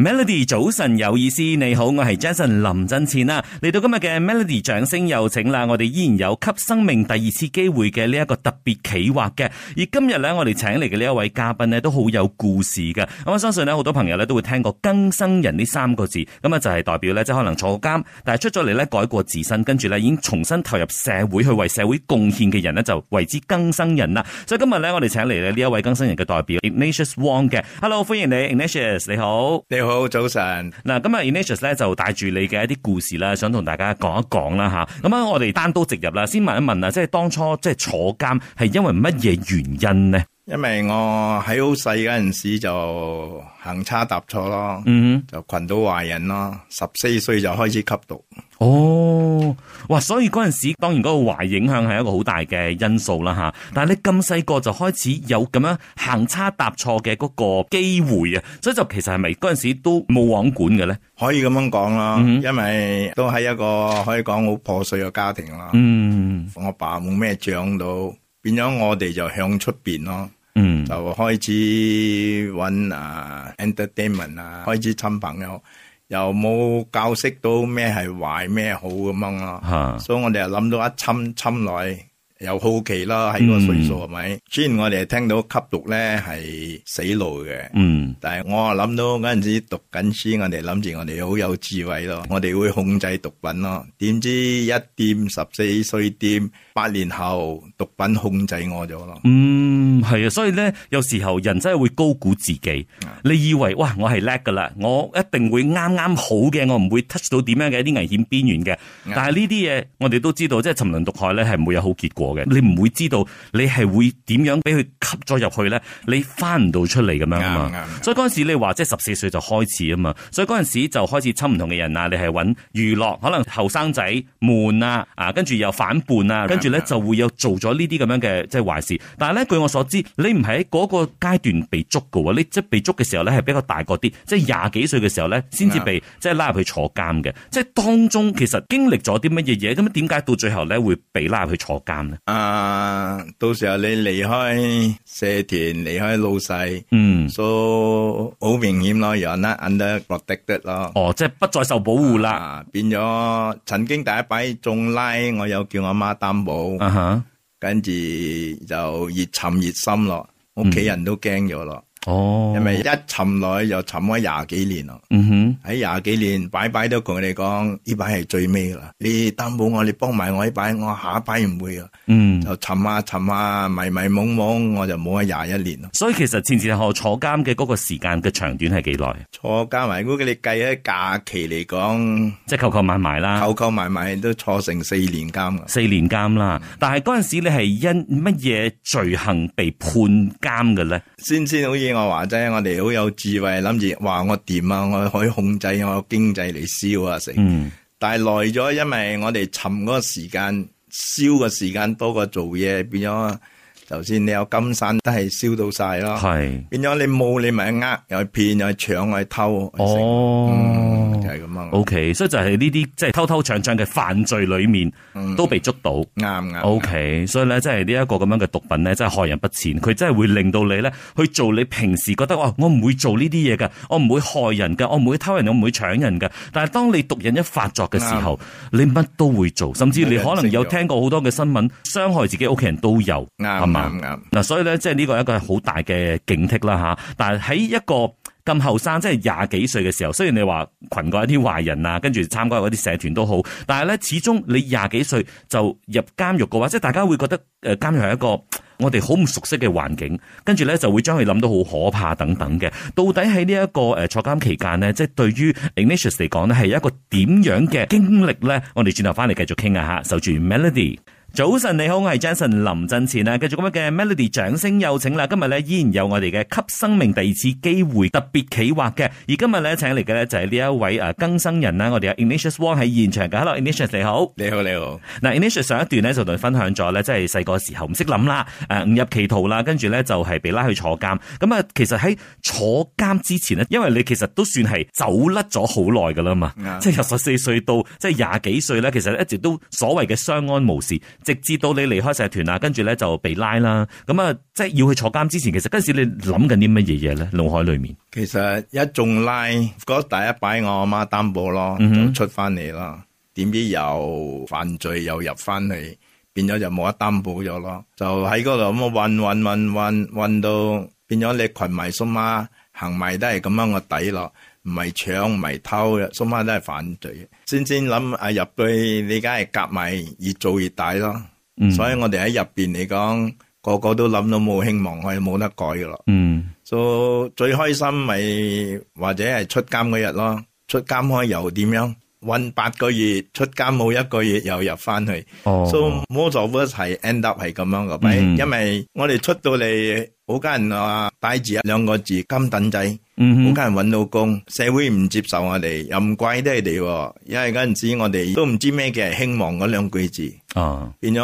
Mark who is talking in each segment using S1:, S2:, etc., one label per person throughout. S1: Melody 早晨有意思，你好，我係 Jason 林振前啦。嚟到今日嘅 Melody 掌聲有請啦，我哋依然有給生命第二次機會嘅呢一個特別企劃嘅。而今日咧，我哋請嚟嘅呢一位嘉賓咧，都好有故事嘅。咁我相信咧，好多朋友咧都會聽過更生人呢三個字，咁啊就係代表咧，即係可能坐過監，但係出咗嚟咧改過自身，跟住咧已經重新投入社會去為社會貢獻嘅人咧，就為之更生人啦。所以今日咧，我哋請嚟咧呢一位更生人嘅代表 Ignatius Wong 嘅。Hello，歡迎你，Ignatius，你好。
S2: 你好，早晨。
S1: 嗱，今日 Ignatius 咧就帶住你嘅一啲故事啦，想同大家講一講啦吓，咁啊，我哋單刀直入啦，先問一問啊，即係當初即係坐監係因為乜嘢原因呢？
S2: 因為我喺好細嗰陣時就行差踏錯咯，
S1: 嗯
S2: 就群到壞人咯。十四歲就開始吸毒，
S1: 哼，哦，哇！所以嗰陣時當然嗰個壞影響係一個好大嘅因素啦吓，但係你咁細個就開始有咁樣行差踏錯嘅嗰個機會啊，所以就其實係咪嗰陣時都冇網管嘅咧？
S2: 可以咁樣講咯。
S1: 嗯
S2: 因為都喺一個可以講好破碎嘅家庭啦。
S1: 嗯
S2: 我爸冇咩長到，變咗我哋就向出邊咯，
S1: 嗯
S2: 就開始揾啊 entertainment 啊，開始親朋友，又冇教識到咩係壞咩好咁樣咯。
S1: 吓，
S2: 所以我哋又諗到一侵侵來又好奇啦，喺
S1: 嗯
S2: 個歲數係咪？雖然我哋聽到吸毒咧係死路嘅，
S1: 嗯
S2: 但係我又諗到嗰陣時讀緊書，我哋諗住我哋好有智慧咯，我哋會控制毒品咯。點知一掂十四歲掂，八年後毒品控制我咗咯。
S1: 嗯，係啊，所以咧，有時候人真係會高估自己。
S2: 啊
S1: 你以為哇，我係叻噶啦，我一定會啱啱好嘅，我唔會 touch 到點樣嘅一啲危險邊緣嘅。
S2: 啊
S1: 但係呢啲嘢，我哋都知道，即係沉淪毒海咧，係唔會有好結果嘅。你唔會知道你係會點樣俾佢吸咗入去咧，你翻唔到出嚟咁樣啊嘛。
S2: 啱啱
S1: 所以嗰陣時你話即係十四歲就開始啊嘛，所以嗰陣時就開始侵唔同嘅人啊，你係揾娛樂，可能後生仔悶啊，啊跟住又反叛啊，跟住咧就會有做咗呢啲咁樣嘅即係壞事。但係咧據我所知，你唔係喺嗰個階段被捉嘅喎，你即係被捉嘅時候咧係比較大個啲，即係廿幾歲嘅時候咧先至被即係拉入去坐監嘅。即係當中其實經歷咗啲乜嘢嘢，咁點解到最後咧會被拉入去坐監咧？
S2: 啊，到時候你離開社團，離開老細，
S1: 嗯，
S2: 所以好明顯咯，you're not under protected 咯。
S1: 哦，即係不再受保護啦，
S2: 啊，變咗曾經第一擺仲拉，我有叫我媽擔保，
S1: 啊哈，
S2: 跟住就熱沉熱深咯，屋企人都驚咗咯，
S1: 哦，
S2: 因為一沉落去就沉咗廿幾年咯。
S1: 嗯哼。
S2: 喺廿幾年擺擺都同佢哋講，呢擺係最尾㗎啦，你擔保我，你幫埋我呢擺，我下一擺唔會啊，
S1: 嗯，
S2: 就沉下沉下，迷迷蒙蒙，我就冇咗廿一年咯。
S1: 所以其實前前後後坐監嘅嗰個時間嘅長短係幾耐？
S2: 坐加埋，如果你計喺假期嚟講，
S1: 即係扣扣買埋啦，
S2: 扣扣埋埋都坐成四年監㗎。
S1: 四年監啦。但係嗰陣時你係因乜嘢罪行被判監嘅咧？
S2: 先先好似我話齋，我哋好有智慧，諗住話我掂啊，我可以控制我經濟嚟燒啊成。
S1: 嗯
S2: 但係耐咗，因為我哋沉嗰個時間，燒嘅時間多過做嘢，變咗頭先你有金散都係燒到晒咯。
S1: 係
S2: 變咗你冇，你咪呃，又去騙，又去搶，又去偷。去食
S1: 哦
S2: 嗯，就係咁樣。
S1: OK，所以就係呢啲即係偷偷搶搶嘅犯罪裏面
S2: 嗯
S1: 都被捉到。
S2: 啱啱。
S1: O、k 所以咧，即係呢一個咁樣嘅毒品咧，真係害人不淺。佢真係會令到你咧去做你平時覺得哦，我唔會做呢啲嘢嘅，我唔會害人嘅，我唔會偷人，我唔會搶人嘅。但係當你毒癮一發作嘅時候，
S2: 嗯
S1: 你乜都會做，甚至你可能有聽過好多嘅新聞，傷害自己屋企人都有，
S2: 啱
S1: 係嘛
S2: 啱啱。
S1: 嗱，所以咧，即係呢個一個係好大嘅警惕啦吓。但係喺一個咁後生，即係廿幾歲嘅時候，雖然你話群過一啲壞人啊，跟住參加嗰啲社團都好，但係咧，始終你廿幾歲就入監獄嘅話，即係大家會覺得誒監獄係一個我哋好唔熟悉嘅環境，跟住咧就會將佢諗到好可怕等等嘅。到底喺呢一個誒坐監期間呢，即係對於 Ignatius 嚟講呢，係一個點樣嘅經歷咧？我哋轉頭翻嚟繼續傾下吓，守住 Melody。早晨，你好，我係 Jason 林振前啊，繼續今日嘅 Melody 掌聲有請啦。今日咧依然有我哋嘅給生命第二次機會特別企劃嘅，而今日咧請嚟嘅咧就係呢一位誒呃更生人啊啦，我哋嘅 Ignatius Wong 喺現場嘅。Hello，Ignatius 你好。
S2: 你好，你好。
S1: 嗱，Initial 上一段咧就同你分享咗咧，即係細個時候唔識諗啦，誒誤入歧途啦，跟住咧就係被拉去坐監。咁啊，其實喺坐監之前咧，因為你其實都算係走甩咗好耐噶啦嘛，
S2: 啱
S1: 即係由十四歲到即係廿幾歲咧，其實一直都所謂嘅相安無事。直至到你離開社團啦，跟住咧就被拉啦。咁啊，即係要去坐監之前，其實嗰陣時你諗緊啲乜嘢嘢咧？腦海裡面
S2: 其實一中拉嗰第一擺我阿媽擔保咯，
S1: 嗯哼
S2: 就出翻嚟啦。點知又犯罪又入翻嚟，變咗就冇得擔保咗咯。就喺嗰度咁啊混混混混混到變咗你群埋蘇媽行埋都係咁樣個底咯，唔係搶唔係偷，蘇媽都係犯罪。先先諗啊入去你梗係夾埋越做越大咯。
S1: 嗯
S2: 所以我哋喺入邊嚟講，個個都諗到冇希望，可以冇得改噶咯。
S1: 嗯
S2: 就最開心咪或者係出監嗰日咯，出監開又點樣？韞八個月，出監冇一個月又入翻去，
S1: 哦，
S2: so most of us 係 end up 係咁樣個咪，
S1: 嗯
S2: 因為我哋出到嚟好家人話帶住兩個字金等仔，好
S1: 嗯哼
S2: 家人揾老公，社會唔接受我哋，又唔怪得你哋喎，因為嗰陣時我哋都唔知咩叫係興旺嗰兩句字。
S1: 啊
S2: 變咗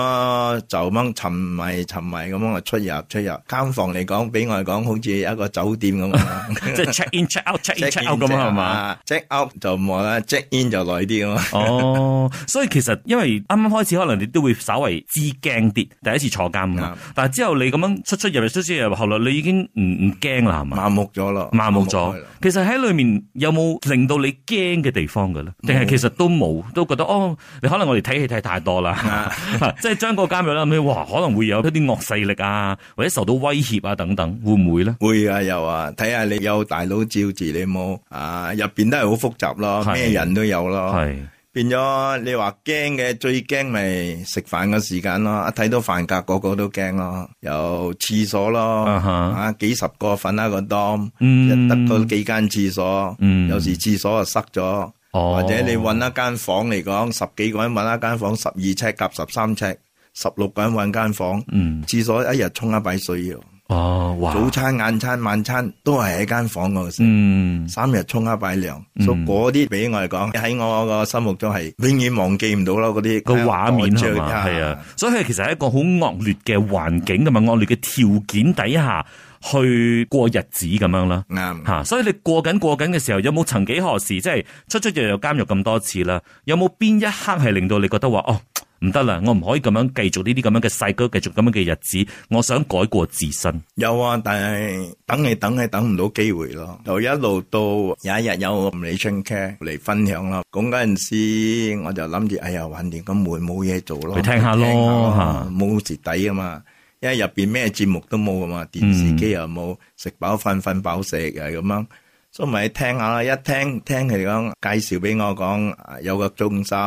S2: 就咁樣沉迷沉迷咁樣出入出入，間房嚟講，俾我嚟講好似一個酒店咁啊
S1: 即係 check in check out check in
S2: ，check
S1: check
S2: in
S1: out 咁啊，係嘛？
S2: 嘛？check out 就冇啦，check in 就耐 啲咁啊。
S1: 哦，所以其實因為啱啱開始，可能你都會稍為知驚啲，第一次坐監嘛。但係之後你咁樣出出入入出出入入，後來你已經唔唔驚啦，係嘛？
S2: 麻木咗咯，
S1: 麻木咗
S2: 啦。
S1: 其實喺裏面有冇令到你驚嘅地方嘅咧？定係其實都冇，都覺得哦，你可能我哋睇戲睇太多啦， 即係將個監獄啦，咁哇可能會有一啲惡勢力啊，或者受到威脅啊等等，會唔會咧？
S2: 會啊，又啊，睇下你有大佬照住你冇啊，入邊都係好複雜咯，
S1: 係
S2: 咩人都有咯。
S1: 係
S2: 變咗你話驚嘅，最驚咪食飯嘅時間咯，啊一睇到飯格個個都驚咯，又廁所咯，
S1: 啊哈
S2: 啊幾十個瞓一個 dom。
S1: 嗯，
S2: 得嗰幾間廁所，
S1: 嗯
S2: 有時廁所啊塞咗，
S1: 哦
S2: 或者你揾一間房嚟講，十幾個人揾一間房，十二尺夾十三尺，十六個人揾間房，
S1: 嗯
S2: 廁所一日沖一擺水要，
S1: 哦哇
S2: 早餐、晏餐、晚餐都係喺間房嗰度食。
S1: 嗯
S2: 三日沖一擺涼，
S1: 嗯
S2: 所以嗰啲俾我嚟講，喺我個心目中係永遠忘記唔到咯。嗰啲
S1: 個畫面
S2: 係
S1: 係嘛？係啊，，所以其實係一個好惡劣嘅環境同埋惡劣嘅條件底下去過日子咁樣啦。
S2: 啱。
S1: 吓、所以你過緊過緊嘅時候，有冇曾幾何時即係出出入入監獄咁多次啦？有冇邊一刻係令到你覺得話哦唔得啦，我唔可以咁樣繼續呢啲咁樣嘅細個，繼續咁樣嘅日子，我想改過自身。
S2: 有啊，但係等你等係等唔到機會咯，就一路到有一日有唔理 n care 嚟分享啦。咁嗰陣時我就諗住，哎呀，橫掂咁悶冇嘢做咯，
S1: 去聽下咯
S2: 聽
S1: 嚇
S2: 冇蝕底啊嘛。因為入邊咩節目都冇啊嘛，電視機又冇，食飽瞓瞓飽食又係咁樣，所以咪聽下啦。一聽聽佢哋講介紹俾我講，啊有個中心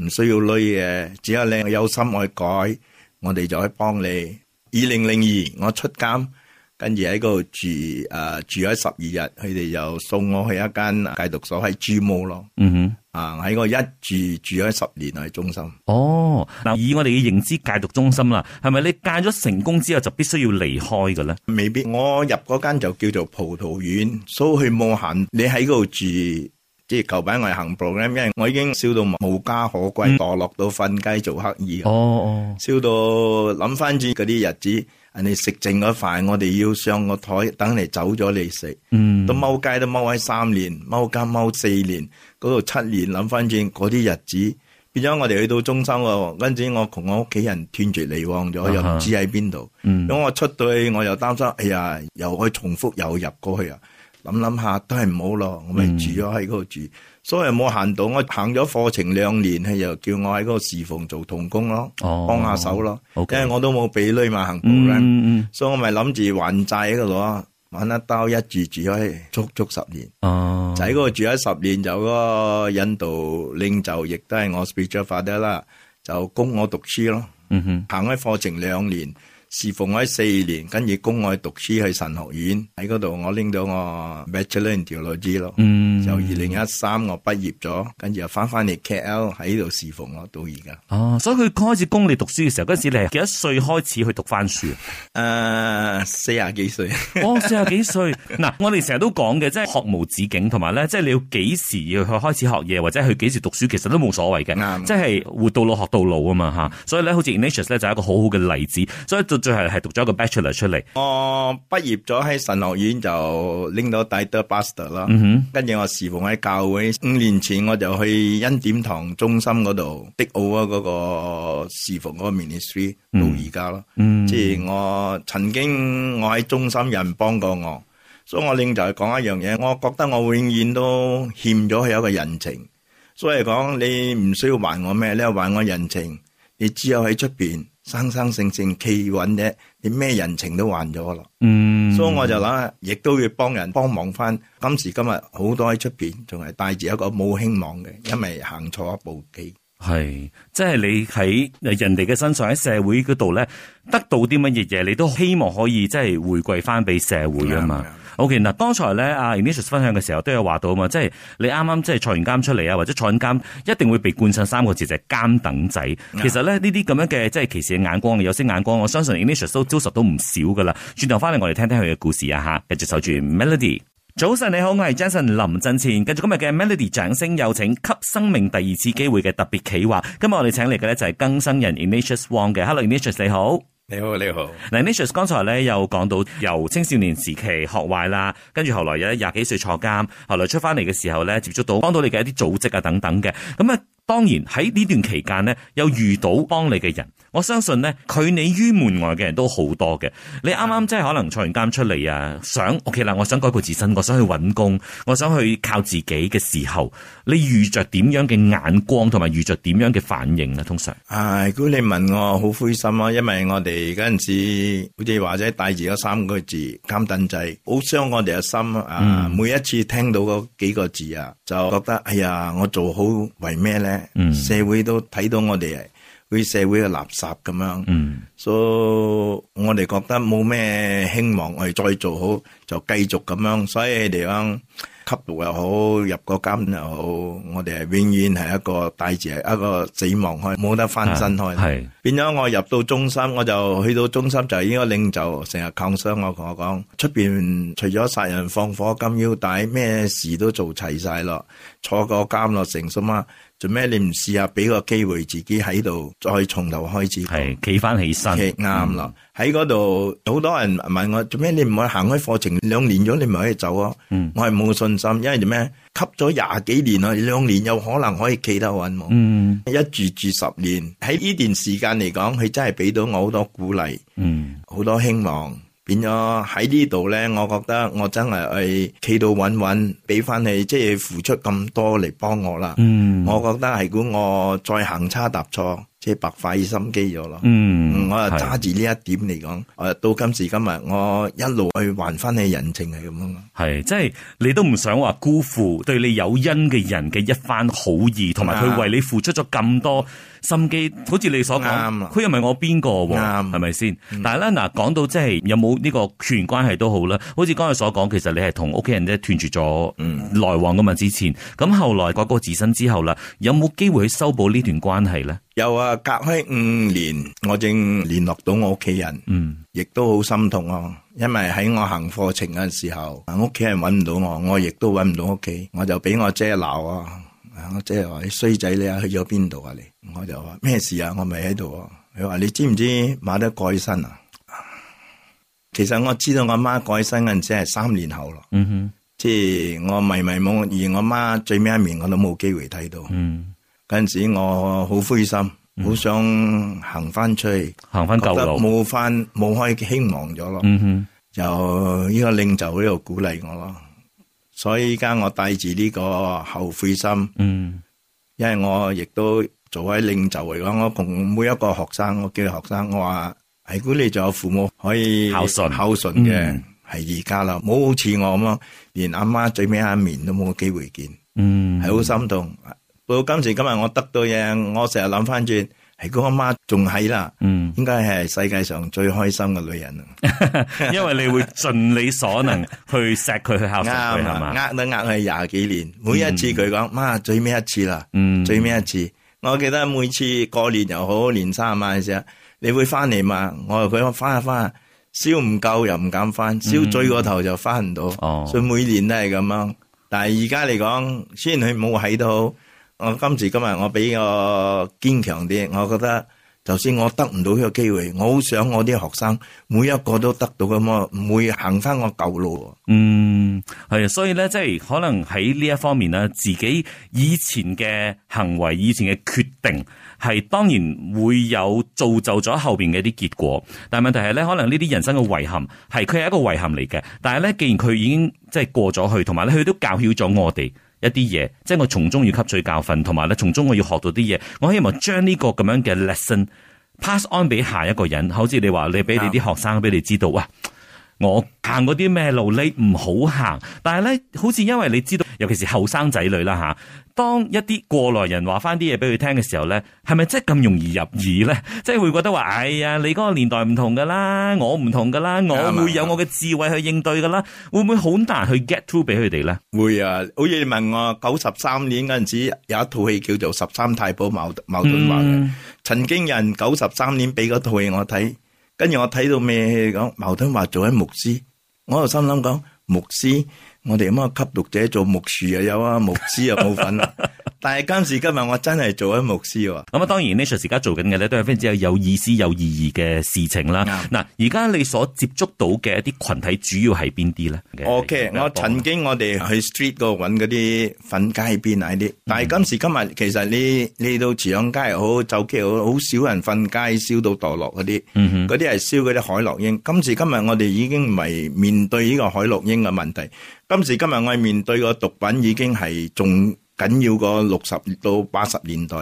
S2: 唔需要累嘅，只有你有心去改，我哋就可以幫你。二零零二我出監，跟住喺嗰度住誒、呃住咗十二日，佢哋又送我去一間戒毒所喺珠母咯。
S1: 嗯哼。
S2: 啊！喺我一住住咗十年喺中心，
S1: 哦，嗱，以我哋嘅認知戒毒中心啦，係咪你戒咗成功之後就必須要離開嘅咧？
S2: 未必我入嗰間就叫做葡萄園，所以佢冇限你喺嗰度住。即係舊版我係行 program，因為我已經燒到無家可
S1: 嗯
S2: 歸，墮落到瞓雞做乞
S1: 哦
S2: 兒。
S1: 哦，
S2: 燒到諗翻轉嗰啲日子，人哋食剩嗰飯，我哋要上個台等你走咗你食，
S1: 嗯
S2: 都踎街都踎喺三年，踎街踎四年，嗰度七年諗翻轉嗰啲日子，變咗我哋去到中心喎，跟住我同我屋企人斷絕嚟往咗，又
S1: 啊哈
S2: 唔知喺邊度。
S1: 嗯
S2: 咁我出到去我又擔心，哎呀，又可以重複又入過去啊！諗諗下都係唔好咯，我咪
S1: 嗯
S2: 住咗喺嗰度住，所以冇行到。我行咗課程兩年，佢又叫我喺嗰個侍奉做童工咯，
S1: 哦
S2: 幫下手咯。
S1: OK
S2: 因為我都冇俾女嘛行步
S1: 嗯
S2: 啦，
S1: 嗯
S2: 所以我咪諗住還債嗰度咯，玩一刀一住住咗足足十年。
S1: 嗯，哦，
S2: 就喺嗰度住咗十年，就嗰個印度領袖亦都係我 spiritual father 啦，就供我讀書咯。
S1: 嗯哼，
S2: 行開課程兩年，侍奉我喺四年，跟住供我去讀書去神學院，喺嗰度我拎到我 Bachelor in Theology 咯。
S1: 嗯，
S2: 就二零一三我畢業咗，跟住又翻翻嚟 KL 喺度侍奉我到而家。
S1: 哦，所以佢開始供你讀書嘅時候，嗰陣時你係幾多歲開始去讀翻 書啊？
S2: 誒啊四廿幾歲，
S1: 哦，四十幾歲嗱，我哋成日都講嘅，即係學無止境，同埋咧，即係你要幾時要去開始學嘢，或者去幾時讀書，其實都冇所謂嘅，
S2: 啱
S1: 即係活到老學到老啊嘛嚇。所以咧，好似 Ignatius 咧就係一個好好嘅例子。所以就最後係讀咗一個 bachelor 出嚟。
S2: 我畢業咗喺神學院就拎到大 d Buster 啦，
S1: 嗯哼，
S2: 跟住我侍奉喺教會。五年前我就去恩典堂中心嗰度的奧啊嗰個侍奉嗰個 ministry 到而家咯。
S1: 嗯，
S2: 即係我曾經我喺中心有人幫過我，所以我領袖講一樣嘢，我覺得我永遠都欠咗佢一個人情，所以講你唔需要還我咩咧，還我人情，你只有喺出邊生生性性企穩啫，你咩人情都還咗咯。
S1: 嗯，
S2: 所以我就諗，亦都要幫人幫忙翻。今時今日好多喺出邊仲係帶住一個冇希望嘅，因為行錯一步棋。
S1: 係，即係你喺人哋嘅身上喺社會嗰度咧，得到啲乜嘢嘢，你都希望可以即係回饋翻俾社會啊嘛
S2: 啱啱。
S1: O.K. 嗱，剛才咧阿 Initius 分享嘅時候都有話到啊嘛，即係你啱啱即係坐完監出嚟啊，或者坐緊監，一定會被冠上三個字就係、監等仔。其實咧呢啲咁樣嘅即係歧視嘅眼光，有色眼光，我相信 Initius 都遭受到唔少噶啦。轉頭翻嚟，我哋聽聽佢嘅故事啊吓，繼續守住 Melody。早晨你好，我係 Jason 林振前，繼續今日嘅 Melody 掌聲有請給生命第二次機會嘅特別企劃。今日我哋請嚟嘅咧就係更生人 Initius Wong 嘅，Hello Initius 你好。
S2: 你好，你好。
S1: 嗱，Natius 剛才咧又講到由青少年時期學壞啦，跟住後來有咧廿幾歲坐監，後來出翻嚟嘅時候咧接觸到幫到你嘅一啲組織啊等等嘅，咁啊當然喺呢段期間呢，又遇到幫你嘅人，我相信呢，拒你於門外嘅人都好多嘅。你啱啱即係可能坐完監出嚟啊，想 OK 啦，我想改過自身，我想去揾工，我想去靠自己嘅時候，你遇着點樣嘅眼光同埋遇着點樣嘅反應呢？通常
S2: 啊！如果你問我，好灰心啊，因為我哋嗰陣時好似話齋帶住嗰三個字監躉仔，好傷我哋嘅心啊！每一次聽到嗰幾個字啊，就覺得哎呀，我做好為咩咧？
S1: 嗯
S2: 社會都睇到我哋係好似社會嘅垃圾咁樣，
S1: 嗯
S2: 所以我哋覺得冇咩希望，我哋再做好就繼續咁樣，所以嚟講。吸毒又好，入個監又好，我哋係永遠係一個帶住係一個死亡開，冇得翻
S1: 啊
S2: 身開。
S1: 係
S2: 變咗我入到中心，我就去到中心就應該領袖成日抗商我同我講，出邊除咗殺人放火金腰帶，咩事都做齊晒咯，坐個監落成心啊！做咩你唔試下俾個機會自己喺度再從頭開始？
S1: 係企翻起身。
S2: 嘅啱
S1: 嗯
S2: 啦，喺嗰度好多人問我做咩你唔去行開課程兩年咗你咪可以走啊？
S1: 嗯
S2: 我係冇信心，因為做咩吸咗廿幾年啦，兩年有可能可以企得穩冇？
S1: 嗯
S2: 一住住十年，喺呢段時間嚟講，佢真係俾到我好多鼓勵，
S1: 嗯。
S2: 好多希望。變咗喺呢度咧，我覺得我真係去企到穩穩，俾翻你即係付出咁多嚟幫我啦。
S1: 嗯，
S2: 我覺得係估我再行差踏錯，即係白費心機咗咯。
S1: 嗯
S2: 嗯，我就
S1: 係
S2: 揸住呢一點嚟講，我到今時今日，我一路去還翻你人情係咁樣咯。
S1: 係即係你都唔想話辜負對你有恩嘅人嘅一番好意，同埋佢
S2: 啱
S1: 為你付出咗咁多心機，好似你所講，
S2: 啱啦
S1: 佢又唔係我邊個喎，
S2: 啱嗯
S1: 係咪先？但係咧嗱，講到即係有冇呢個血緣關係都好啦，好似剛才所講，其實你係同屋企人咧斷絕
S2: 嗯
S1: 咗來往噶嘛，之前咁後來改過自身之後啦，有冇機會去修補呢段關係咧？
S2: 又啊，隔開五年，我正聯絡到我屋企人，
S1: 嗯
S2: 亦都好心痛咯。因為喺我行課程嗰陣時候，啊屋企人揾唔到我，我亦都揾唔到屋企，我就俾我姐鬧啊。啊我姐話：你衰仔你啊，去咗邊度啊你？我就話咩事啊？我咪喺度啊。佢話：你知唔知馬德改身啊？其實我知道我媽改身嗰陣時係三年後咯。
S1: 嗯哼
S2: 即係我迷迷惘，而我媽最尾一面我都冇機會睇到。
S1: 嗯，
S2: 嗰陣時我好灰心，好想行翻出去，
S1: 行翻
S2: 覺
S1: 舊
S2: 得
S1: 路，
S2: 冇翻冇開希望咗咯。
S1: 嗯哼
S2: 就呢個領袖喺度鼓勵我咯，所以依家我帶住呢個後悔心，
S1: 嗯
S2: 因為我亦都做喺領袖嚟講，我同每一個學生，我叫學生，我話係估你仲有父母可以
S1: 孝順
S2: 孝順嘅
S1: 嗯，
S2: 係而家啦，冇好似我咁咯，連阿媽最尾一面都冇機會見。
S1: 嗯，
S2: 係好心痛。到今時今日，我得到嘢，我成日諗翻轉，係嗰個媽仲喺啦，
S1: 嗯。
S2: 應該係世界上最開心嘅女人啊！
S1: 因為你會盡你所能去錫佢，去孝順
S2: 啱
S1: 佢，係
S2: 啊，
S1: 嘛？
S2: 呃都呃佢廿幾年，每一次佢講媽最尾一次啦，
S1: 嗯，
S2: 最尾一次。我記得每次過年又好，年三十晚嘅時候，你會翻嚟嘛？我話佢我翻啊翻啊，燒唔夠又唔敢翻，燒醉過頭就翻唔到。
S1: 嗯哦
S2: 所以每年都係咁樣。但係而家嚟講，雖然佢冇喺都好，我今時今日我比較堅強啲，我覺得就算我得唔到呢個機會，我好想我啲學生每一個都得到咁啊，唔會行翻我舊路喎。
S1: 嗯，係啊，所以咧，即係可能喺呢一方面咧，自己以前嘅行為、以前嘅決定，係當然會有造就咗後邊嘅一啲結果。但係問題係咧，可能呢啲人生嘅遺憾係佢係一個遺憾嚟嘅。但係咧，既然佢已經即係過咗去，同埋咧佢都教曉咗我哋一啲嘢，即係我從中要吸取教訓，同埋咧從中我要學到啲嘢。我希望將呢個咁樣嘅 lesson pass on 俾下一個人。好似你話，你俾你啲學生俾你知道，哇！我行嗰啲咩路，你唔好行。但係咧，好似因為你知道，尤其是後生仔女啦吓，當一啲過來人話翻啲嘢俾佢聽嘅時候咧，係咪真係咁容易入耳咧？ 即係會覺得話，哎呀，你嗰個年代唔同噶啦，我唔同噶啦，
S2: 啊
S1: 我會有我嘅智慧去應對噶啦，會唔會好難去 get through 俾佢哋咧？
S2: 會啊，好似你問我九十三年嗰陣時有一套戲叫做《十三太保矛矛盾話》
S1: 嗯
S2: 嘅，曾經有人九十三年俾嗰套戲我睇，跟住我睇到咩講矛盾話做緊牧師，我又心諗講牧師，我哋咁啊吸毒者做牧師又有啊，牧師又冇份啦。但係今時今日我真係做緊牧師喎。
S1: 咁啊，當然 Nature 而家做緊嘅咧，都係非常之有有意思、有意義嘅事情啦。嗱，而家你所接觸到嘅一啲群體，主要係邊啲咧
S2: O.K. 我曾經我哋去 street 嗰度揾嗰啲粉街邊啊啲，但係今時今日其實你你到慈康街又好，就記好，好少人瞓街燒到墮落嗰啲，嗰啲係燒嗰啲海洛因。今時今日我哋已經唔係面對呢個海洛因嘅問題，今時今日我哋面對個毒品已經係仲緊要過六十到八十年代。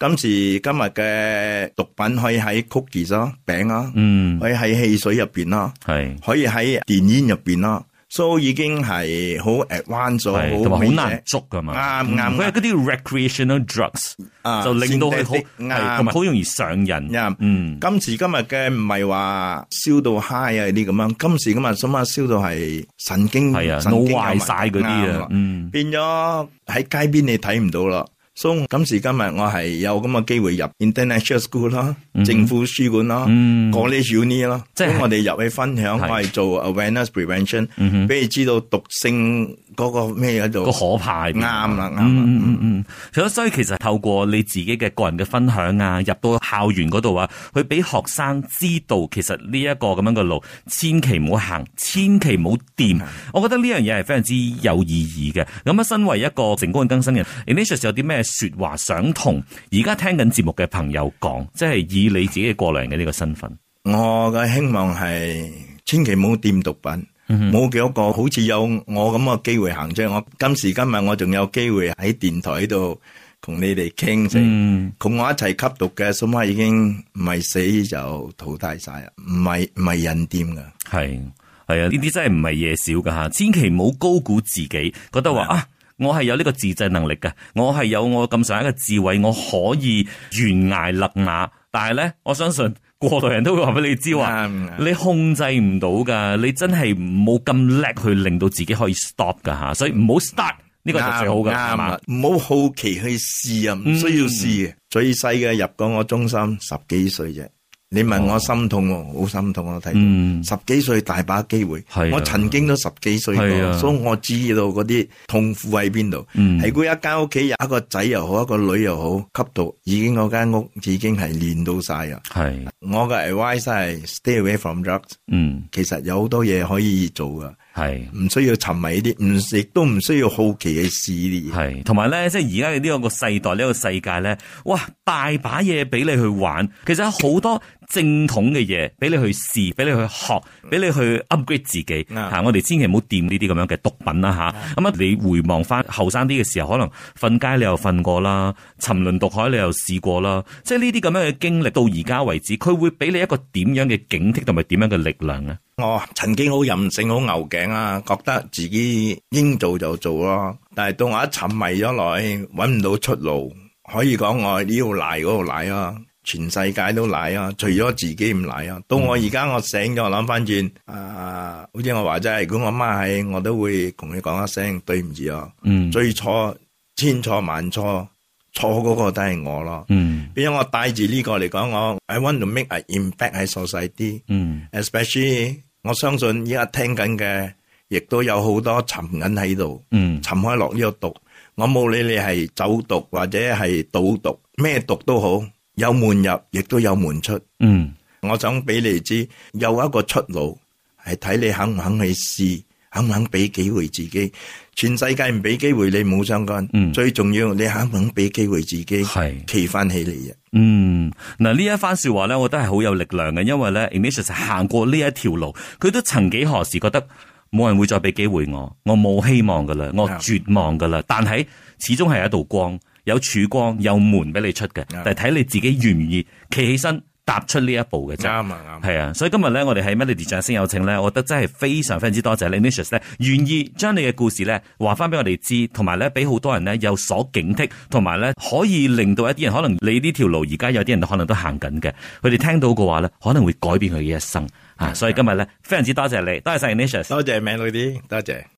S2: 今時今日嘅毒品可以喺 cookies 啊、餅啊，
S1: 嗯，
S2: 可以喺汽水入邊啦。
S1: 係。
S2: 可以喺電煙入邊啦，所以已經係好 advanced 咗，
S1: 係，同埋
S2: 好
S1: 好難捉噶嘛。嗯
S2: 啱啱
S1: 佢係嗰啲 recreational drugs，
S2: 啊
S1: 就令到佢好
S2: 先得的
S1: 係
S2: 啱
S1: 同埋好容易上癮。
S2: 啱
S1: 嗯，
S2: 今時今日嘅唔係話燒到 high 啊啲咁樣，今時今日想乜燒到係神經
S1: 係啊，
S2: 神
S1: 腦
S2: 經有
S1: 壞晒嗰啲
S2: 問題啱
S1: 啊
S2: 啦，
S1: 嗯，
S2: 變咗喺街邊你睇唔到啦。所以今時今日我係有咁嘅機會入 international school 啦，政府書館啦
S1: 嗯
S2: ，college uni 啦，
S1: 即
S2: 即
S1: 係
S2: 係我哋入去分享，
S1: 係
S2: 我係做 awareness prevention，俾你知道毒性嗰個咩喺度
S1: 個。可怕係
S2: 啱
S1: 邊
S2: 啦，啱啦。
S1: 嗯嗯嗯嗯，所以所以其實透過你自己嘅個人嘅分享啊，入到校園嗰度啊，去俾學生知道其實呢一個咁樣嘅路，千祈唔好行，千祈唔好掂。我覺得呢樣嘢係非常之有意義嘅。咁啊，身為一個成功嘅更生人 i n i t i u s 有啲咩説話想同而家聽緊節目嘅朋友講，即係以你自己嘅過來人嘅呢個身份。
S2: 我嘅希望係千祈唔好掂毒品，冇幾多個好似有我咁嘅機會行出去。我今時今日我仲有機會喺電台度同你哋傾成，
S1: 嗯
S2: 同我一齊吸毒嘅，數碼已經唔係死就淘汰晒啦，唔係唔係人掂噶。
S1: 係係啊，呢啲真係唔係嘢少噶吓，千祈唔好高估自己，覺得話啊。我係有呢個自制能力嘅，我係有我咁上下嘅智慧，我可以懸崖勒馬。但係咧，我相信過來人都會話俾你知話，
S2: 啱啱
S1: 你控制唔到噶，你真係冇咁叻去令到自己可以 stop 噶吓，所以唔好 start 呢個就最好噶，係
S2: 啱啊
S1: 嘛
S2: 啦？，唔好好奇去試啊，唔需要試嘅。最細嘅入過我中心十幾歲啫，你問我心痛喎，好心痛我睇
S1: 嗯
S2: 到，十幾歲大把機會
S1: 係啊，
S2: 我曾經都十幾歲
S1: 係啊
S2: 過，所以我知道嗰啲痛苦喺邊度。
S1: 嗯
S2: 係估一間屋企有一個仔又好，一個女又好，吸毒已經嗰間屋已經係練到晒啊！
S1: 係，
S2: 我嘅 advice 係 stay away from drugs，
S1: 嗯，
S2: 其實有好多嘢可以做噶，
S1: 係。
S2: 唔需要沉迷呢啲，唔亦都唔需要好奇去試呢啲嘢。
S1: 係，同埋咧，即係而家呢個世代，呢、個世界咧，哇，大把嘢俾你去玩，其實有好多正統嘅嘢俾你去試，俾你去學，
S2: 嗯
S1: 俾你去 upgrade 自己嚇、
S2: 啱
S1: 我哋千祈唔好掂呢啲咁樣嘅毒品啦吓，咁啊，你回望翻後生啲嘅時候，可能瞓街你又瞓過啦，沉淪毒海你又試過啦，即係呢啲咁樣嘅經歷到而家為止，佢會俾你一個點樣嘅警惕同埋點樣嘅力量咧？
S2: 我哦曾經好任性、好牛頸啊，覺得自己應做就做咯。但係到我一沉迷咗落去，揾唔到出路，可以講我呢度賴嗰度賴啊，全世界都賴啊，除咗自己唔賴啊。到我而家我醒咗，我諗翻轉啊，好似我話齋，如果我媽喺，我都會同佢講一聲對唔住啊。
S1: 嗯
S2: 最錯千錯萬錯，錯嗰個都係我咯。
S1: 嗯
S2: 變咗我帶住呢個嚟講，我 I want to make an impact 喺 society。
S1: 嗯
S2: especially 我相信依家聽緊嘅，亦都有好多沉緊喺度，
S1: 嗯
S2: 沉開落呢個毒。我冇理你係走毒或者係賭毒，咩毒都好，有門入，亦都有門出。
S1: 嗯
S2: 我想俾你知，有一個出路係睇你肯唔肯去試，肯唔肯俾機會自己。全世界唔俾機會你冇相干，
S1: 嗯
S2: 最重要你肯唔肯俾機會自己，
S1: 係
S2: 企翻起嚟嘅。
S1: 嗯，嗱呢一番說話咧，我覺得係好有力量嘅，因為咧 Ignatius 行過呢一條路，佢都曾幾何時覺得冇人會再俾機會我，我冇希望噶啦，我
S2: 啊
S1: 絕望噶啦，但係始終係有一道光，有曙光，有門俾你出嘅，
S2: 啊
S1: 但係睇你自己願唔願意企起身踏出呢一步嘅啫。
S2: 啱啊啱。
S1: 係啊，所以今日咧，我哋喺 Melody 掌聲有請咧，我覺得真係非常非常之多謝你 Ignatius 咧，願意將你嘅故事咧話翻俾我哋知，同埋咧俾好多人咧有所警惕，同埋咧可以令到一啲人可能你呢條路而家有啲人可能都行緊嘅，佢哋聽到嘅話咧，可能會改變佢嘅一生啊！所以今日咧非常之多謝你，多謝晒 Ignatius。
S2: 多謝 Melody，多謝。